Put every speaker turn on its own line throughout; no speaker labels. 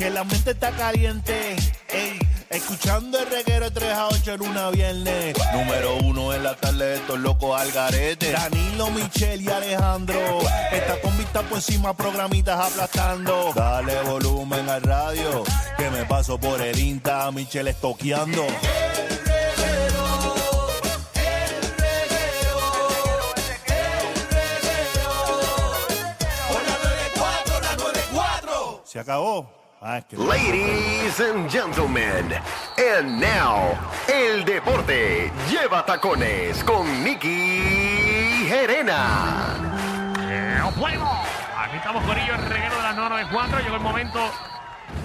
el ambiente está caliente. Ey, escuchando el reguero 3 a 8 en una viernes.
Número uno en la tarde de estos locos al garete.
Danilo, Michel y Alejandro. Está con vista por encima, programitas aplastando.
Dale volumen al radio, que me paso por el Insta, Michelle estoqueando.
Se acabó. Ah, es que-
Ladies and gentlemen, and now, el deporte lleva tacones con Nicky Gerena.
¡No puedo! Aquí estamos con ellos, el reguero de la 994. Llegó el momento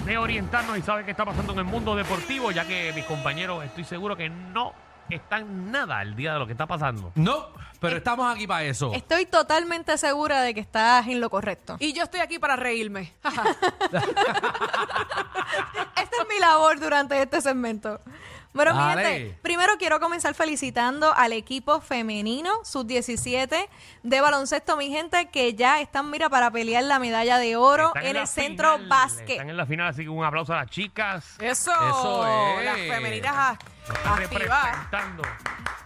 de orientarnos y saber qué está pasando en el mundo deportivo, ya que mis compañeros estoy seguro que no están nada al día de lo que está pasando.
No, pero estamos aquí para eso.
Estoy totalmente segura de que estás en lo correcto.
Y yo estoy aquí para reírme.
Esta es mi labor durante este segmento. Bueno, mi
Dale.
gente, primero quiero comenzar felicitando al equipo femenino sub-17 de baloncesto, mi gente, que ya están, mira, para pelear la medalla de oro
Están
en
la
el centro
final, Están
básquet. Eh,
en la final, así que un aplauso a las chicas.
Eso,
Eso es.
las femeninas a- activas.
Representando.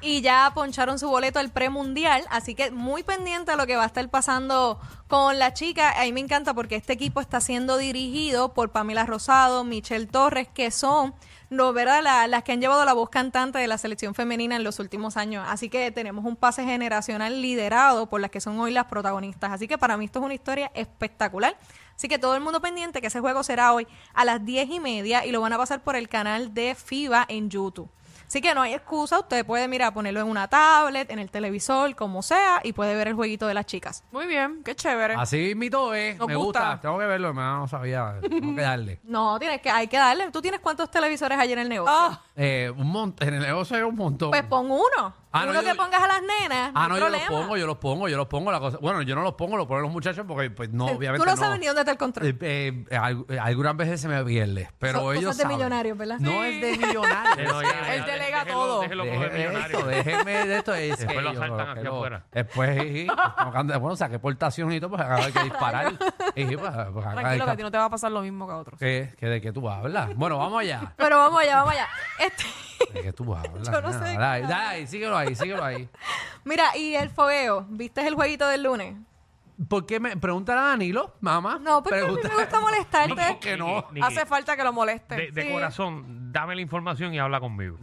Y ya poncharon su boleto al premundial, así que muy pendiente a lo que va a estar pasando con la chica. A mí me encanta porque este equipo está siendo dirigido por Pamela Rosado, Michelle Torres, que son no, ¿verdad? La- las que han llevado la voz cantante de la selección femenina en los últimos años. Así que tenemos un pase generacional liderado por las que son hoy las protagonistas. Así que para mí esto es una historia espectacular. Así que todo el mundo pendiente que ese juego será hoy a las diez y media y lo van a pasar por el canal de FIBA en YouTube. Así que no hay excusa, usted puede, mira, ponerlo en una tablet, en el televisor, como sea, y puede ver el jueguito de las chicas.
Muy bien, qué chévere.
Así mito es.
Nos
me gusta.
gusta.
Tengo que verlo, hermano. No sabía. Tengo que darle.
No, tienes que, hay que darle. ¿Tú tienes cuántos televisores allí en el negocio?
Ah,
Eh, un montón. En el negocio hay un montón.
Pues pon uno.
Ah, no,
uno
yo-
que pongas a las nenas.
ah, no,
hay
yo los
problema.
pongo, yo los pongo, yo los pongo. La cosa. Bueno, yo no los pongo, los ponen los muchachos porque, pues, no,
Eh,
obviamente.
Tú no sabes ni dónde está el control.
Eh, eh, eh, al- eh, algunas veces se me pierde, pero
Son
ellos
cosas de
saben.
millonarios, ¿verdad?
No
Sí.
es de
Pero
millonarios.
ya, ya,
Él delega
déjelo-
todo.
Déjelo
Déjeme
coger
de esto,
millonario.
déjeme de esto. Es
Después
que
lo
yo
saltan
creo
aquí
que lo-
afuera.
Después, sí, sí, como que anda- bueno, saqué portación y todo, pues acá hay que disparar. Y sí, pues, pues, acá hay
tranquilo, que a ti
que-
no te va a pasar lo mismo que a otros.
¿Qué? ¿Qué- ¿De qué tú hablas? Bueno, vamos allá.
Pero vamos allá, vamos allá. Este,
¿De qué tú hablas?
Yo no sé de qué
Dale, ahí,
hablas.
dale ahí, síguelo ahí, síguelo ahí.
mira, y el fogueo. ¿Viste el jueguito del lunes?
¿Por qué me preguntan a Danilo, mamá?
No, porque a mí me gusta molestarte.
¿Por qué no?
Ni- ni-
Hace falta que lo moleste.
De, de
sí.
corazón, dame la información y habla conmigo.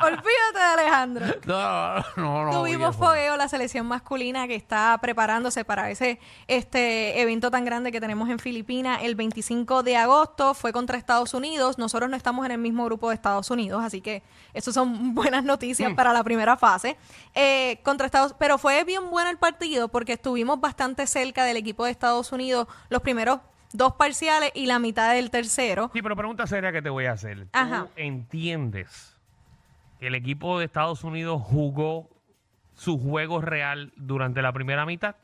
Olvídate de Alejandro.
No, no, no, no,
Tuvimos
viejo.
fogueo la selección masculina que está preparándose para ese este evento tan grande que tenemos en Filipinas el 25 de agosto. Fue contra Estados Unidos. Nosotros no estamos en el mismo grupo de Estados Unidos, así que eso son buenas noticias
Mm.
para la primera fase. Eh, contra Estados, pero fue bien bueno el partido porque estuvimos bastante cerca del equipo de Estados Unidos los primeros dos parciales y la mitad del tercero.
Sí, pero pregunta seria que te voy a hacer.
Ajá.
¿Tú entiendes que el equipo de Estados Unidos jugó su juego real durante la primera mitad?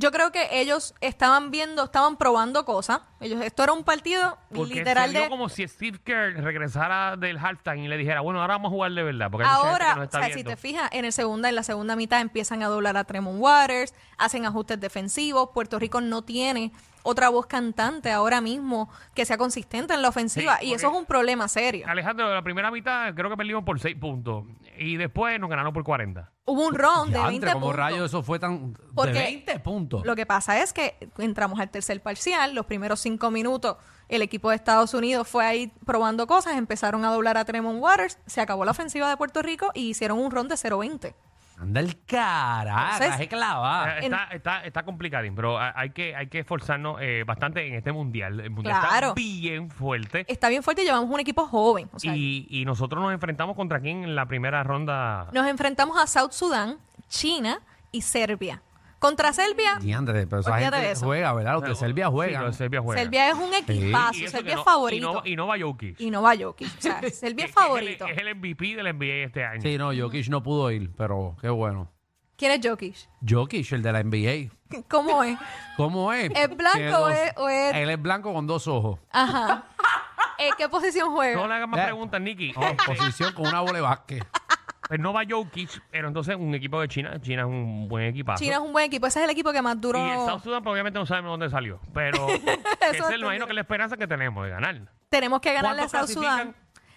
Yo creo que ellos estaban viendo, estaban probando cosas. Ellos, esto era un partido
Porque
literal
salió
de
como si Steve Kerr regresara del halftime y le dijera, bueno, ahora vamos a jugar de verdad. Porque hay mucha gente que
Ahora,
no
o
está
sea, si
viendo.
te fijas, en el segunda, en la segunda mitad empiezan a doblar a Tremont Waters, hacen ajustes defensivos. Puerto Rico no tiene otra voz cantante ahora mismo que sea consistente en la ofensiva.
Sí,
y eso es
porque-
un problema serio.
Alejandro, la primera mitad creo que perdimos por 6 puntos y después nos ganaron por 40.
Hubo un round de
Diantre,
20
como
puntos.
rayos eso fue tan...
Porque
de 20 puntos.
Lo que pasa es que entramos al tercer parcial, los primeros cinco minutos el equipo de Estados Unidos fue ahí probando cosas, empezaron a doblar a Tremont Waters, se acabó la ofensiva de Puerto Rico y hicieron un round de 0-20.
Anda el ah, carajo,
Entonces-
es clavada.
Ah.
Eh, está, está, está complicadín, pero ha- hay que, hay que esforzarnos eh, bastante en este mundial. El mundial está
Claro.
bien fuerte.
Está bien fuerte, llevamos un equipo joven. o sea,
y, y nosotros nos enfrentamos contra quién en la primera ronda.
Nos enfrentamos a South Sudán, China y Serbia. Contra Serbia,
Diantre, pero esa
Olvídate de
gente
eso.
juega, ¿verdad? Los de Serbia
Sí,
juegan.
los de Serbia juegan.
Serbia es un equipazo,
Y eso que
Serbia
no-
es favorito.
Y no, y no va Jokic.
Y no va Jokic. O sea, Serbia es favorito.
Es el, MVP del NBA este año.
Sí, no, Jokic no pudo ir, pero qué bueno.
¿Quién es Jokic?
Jokic, el de la NBA.
¿Cómo es?
¿Cómo es?
¿Es blanco
Tiene dos-
o es- o es-
Él es blanco con dos ojos.
Ajá. Eh, ¿Qué posición juega?
No le hagas más
Eh.
preguntas, Nicky. Oh,
No, posición con una bola de básquet.
Pues no va Jokic, pero entonces un equipo de China. China es un buen equipazo.
China es un buen equipo. Ese es el equipo que más duró.
Y el South Sudan, pues, obviamente no sabemos dónde salió. Pero
Eso
esa es,
es
me imagino que es la esperanza que tenemos de ganar.
Tenemos que ganarle a
¿Cuántos
South Sudán.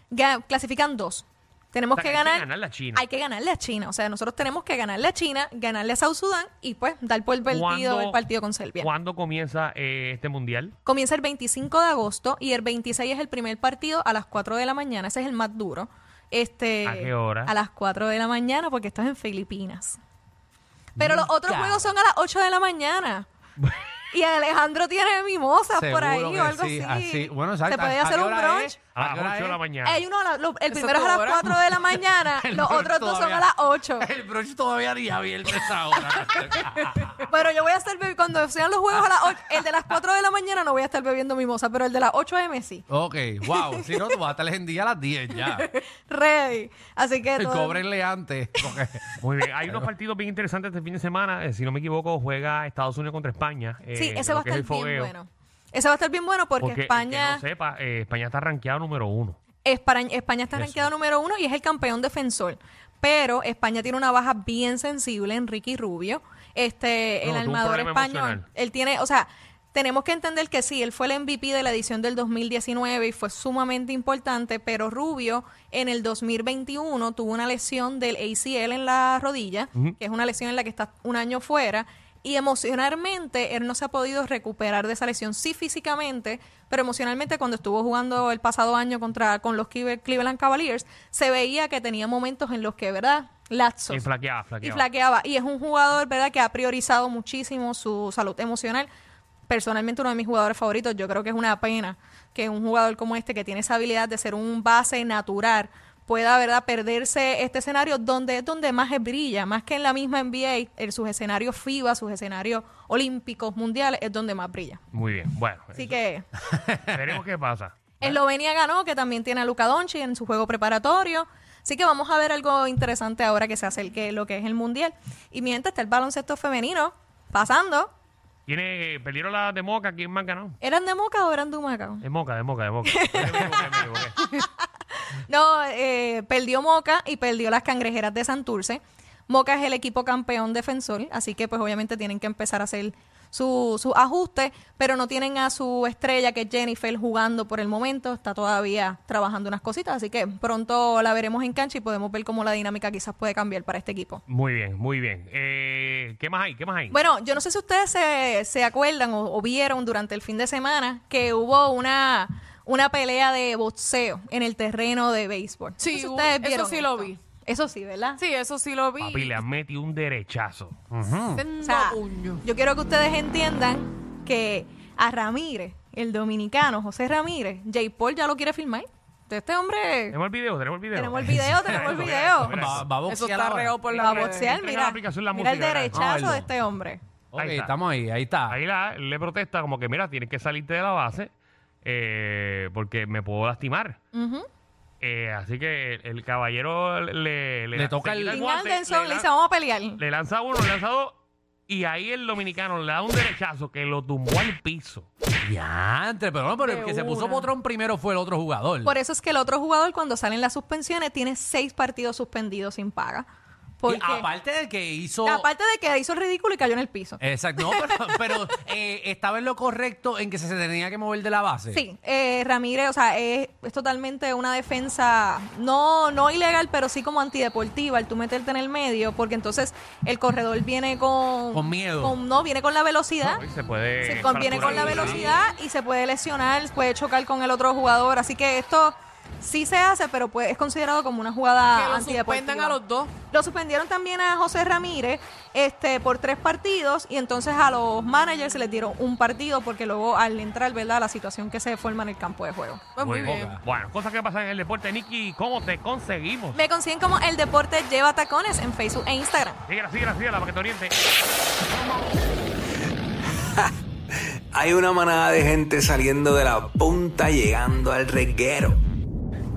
Ga- clasifican dos. Tenemos
O sea,
que
hay que
ganar.
ganarle a China.
Hay que ganarle a China. O sea, nosotros tenemos que ganarle a China, ganarle a South Sudán y pues dar por perdido
¿Cuándo-
el partido con Serbia.
¿Cuándo comienza eh, este mundial?
Comienza el 25 de agosto y el 26 es el primer partido a las 4 de la mañana. Ese es el más duro. Este,
¿A qué hora?
A las 4 de la mañana porque esto es en Filipinas. Pero los
Nunca.
otros juegos son a las 8 de la mañana. y Alejandro tiene mimosas por
Seguro
ahí
que
o algo
sí,
así.
así. Bueno, exacto.
Se puede
¿A- a
hacer
qué
un
hora
brunch.
es?
A
qué
las
hora
8 de
es?
la mañana.
Hay uno a la- lo-
Eso
el primero es a las
cobra.
4 de la mañana,
El
los
brunch
otros dos son
todavía-
a las 8.
El brunch todavía ni abierto esa hora.
Pero yo voy a estar bebiendo, cuando sean los juegos a las 8, el de las 4 de la mañana no voy a estar bebiendo mimosa, pero el de las 8 M sí.
ok, wow. Si no, tú vas a estar en día a las 10 ya.
Ready. Así que todo-
Cóbrenle antes. porque-
Muy bien, hay unos partidos bien interesantes este fin de semana. Eh, si no me equivoco, juega Estados Unidos contra España. eh,
Sí, ese
lo
va a
que es
estar
el
bien
fogueo.
bueno. Ese va a estar bien bueno porque,
Porque el que
España,
no sepa, eh, España está rankeado número uno.
Espara- España está
Eso.
rankeado número uno y es el campeón defensor. Pero España tiene una baja bien sensible en Ricky Rubio. Este,
No,
el
tuvo un
armador
problema
español.
emocional.
Él tiene, o sea, tenemos que entender que sí, él fue el MVP de la edición del 2019 y fue sumamente importante, pero Rubio en el 2021 tuvo una lesión del ACL en la rodilla, que es una lesión en la que está un año fuera. Y emocionalmente, él no se ha podido recuperar de esa lesión, sí físicamente, pero emocionalmente cuando estuvo jugando el pasado año contra con los Cleve- Cleveland Cavaliers, se veía que tenía momentos en los que, ¿verdad? Lapsos.
Y flaqueaba,
Y
flaqueaba.
flaqueaba. Y es un jugador, ¿verdad?, que ha priorizado muchísimo su salud emocional. Personalmente, uno de mis jugadores favoritos. Yo creo que es una pena que un jugador como este, que tiene esa habilidad de ser un base natural, pueda, ¿verdad?, perderse este escenario donde es donde más brilla, más que en la misma NBA, en sus escenarios FIBA, sus escenarios olímpicos, mundiales, es donde más brilla.
Muy bien, bueno.
Así
eso-
que.
Veremos qué pasa.
Eslovenia ganó, que también tiene a Luka Doncic en su juego preparatorio. Así que vamos a ver algo interesante ahora que se acerque lo que es el Mundial. Y mientras está el baloncesto femenino pasando.
¿Tiene, eh, perdieron la de Moca? ¿Quién más ganó?
¿Eran de Moca o eran de Humacao?
De Moca, de Moca, de Moca. Me equivoqué, me equivoqué.
No, eh, perdió Moca y perdió las cangrejeras de Santurce. Moca es el equipo campeón defensor, así que pues obviamente tienen que empezar a hacer su- sus ajustes, pero no tienen a su estrella que es Jennifer jugando por el momento, está todavía trabajando unas cositas, así que pronto la veremos en cancha y podemos ver cómo la dinámica quizás puede cambiar para este equipo.
Muy bien, muy bien. Eh, ¿Qué más hay? ¿Qué más hay?
Bueno, yo no sé si ustedes se, se acuerdan o, o vieron durante el fin de semana que hubo una, una pelea de boxeo en el terreno de béisbol.
Sí,
No sé si
hubo-
ustedes
eso
vieron
sí lo
esto.
vi.
Eso sí, ¿verdad?
Sí, eso sí lo vi.
Papi, le han metido un derechazo.
Sendo
O sea,
puño.
yo quiero que ustedes entiendan que a Ramírez, el dominicano José Ramírez, Jay Paul ya lo quiere filmar. Entonces, este hombre...
Tenemos el video, tenemos el video.
Tenemos el video, tenemos el video.
Va, va a
Eso
boxear
está
ahora.
reo por
Va
la
a boxear,
Entrega la
mira.
aplicación, la
Mira el
música, ¿verdad?
Vamos a
derechazo
verlo.
de este hombre.
Ok,
Ahí está.
estamos ahí, ahí está.
Ahí la- le protesta como que, mira, tienes que salirte de la base eh, porque me puedo lastimar.
Ujú.
Eh, así que el, el caballero le,
Le toca
se quita
el-
Tim
guante,
Anderson
le,
le
lan-
dice, vamos a pelear.
le lanza uno, le lanza dos. Y ahí el dominicano le da un derechazo que lo tumbó al piso.
Diantre, pero no, pero el
De
que se puso
una.
potrón primero fue el otro jugador.
Por eso es que el otro jugador, cuando salen las suspensiones, tiene seis partidos suspendidos sin paga.
Y
Porque, aparte,
aparte Eh, de que hizo.
de que hizo el ridículo y cayó en el piso.
Exacto, no, pero, pero, eh, estaba en lo correcto en que se, se tenía que mover de la base.
Sí, eh, Ramírez, o sea, es, es totalmente una defensa no no ilegal, pero sí como antideportiva, el tú meterte en el medio, porque entonces el corredor viene con...
Con miedo.
con- no, viene con la velocidad.
No, eh, y se puede
se conviene con la
fracturar un-
velocidad y se puede lesionar, puede chocar con el otro jugador. Así que esto sí se hace, pero pues, es considerado como una jugada
que lo
antideportiva.
suspendan a los dos.
Lo suspendieron también a José Ramírez este, por tres partidos y entonces a los managers se les dieron un partido porque luego al entrar, ¿verdad? La situación que se forma en el campo de juego.
Pues muy bien.
Bueno, cosas que pasan en el deporte. Nicky, ¿cómo te conseguimos?
Me consiguen como El Deporte Lleva Tacones en Facebook e Instagram.
Síguela, síguela, síguela, para que te oriente.
Hay una manada de gente saliendo de la punta llegando al reguero.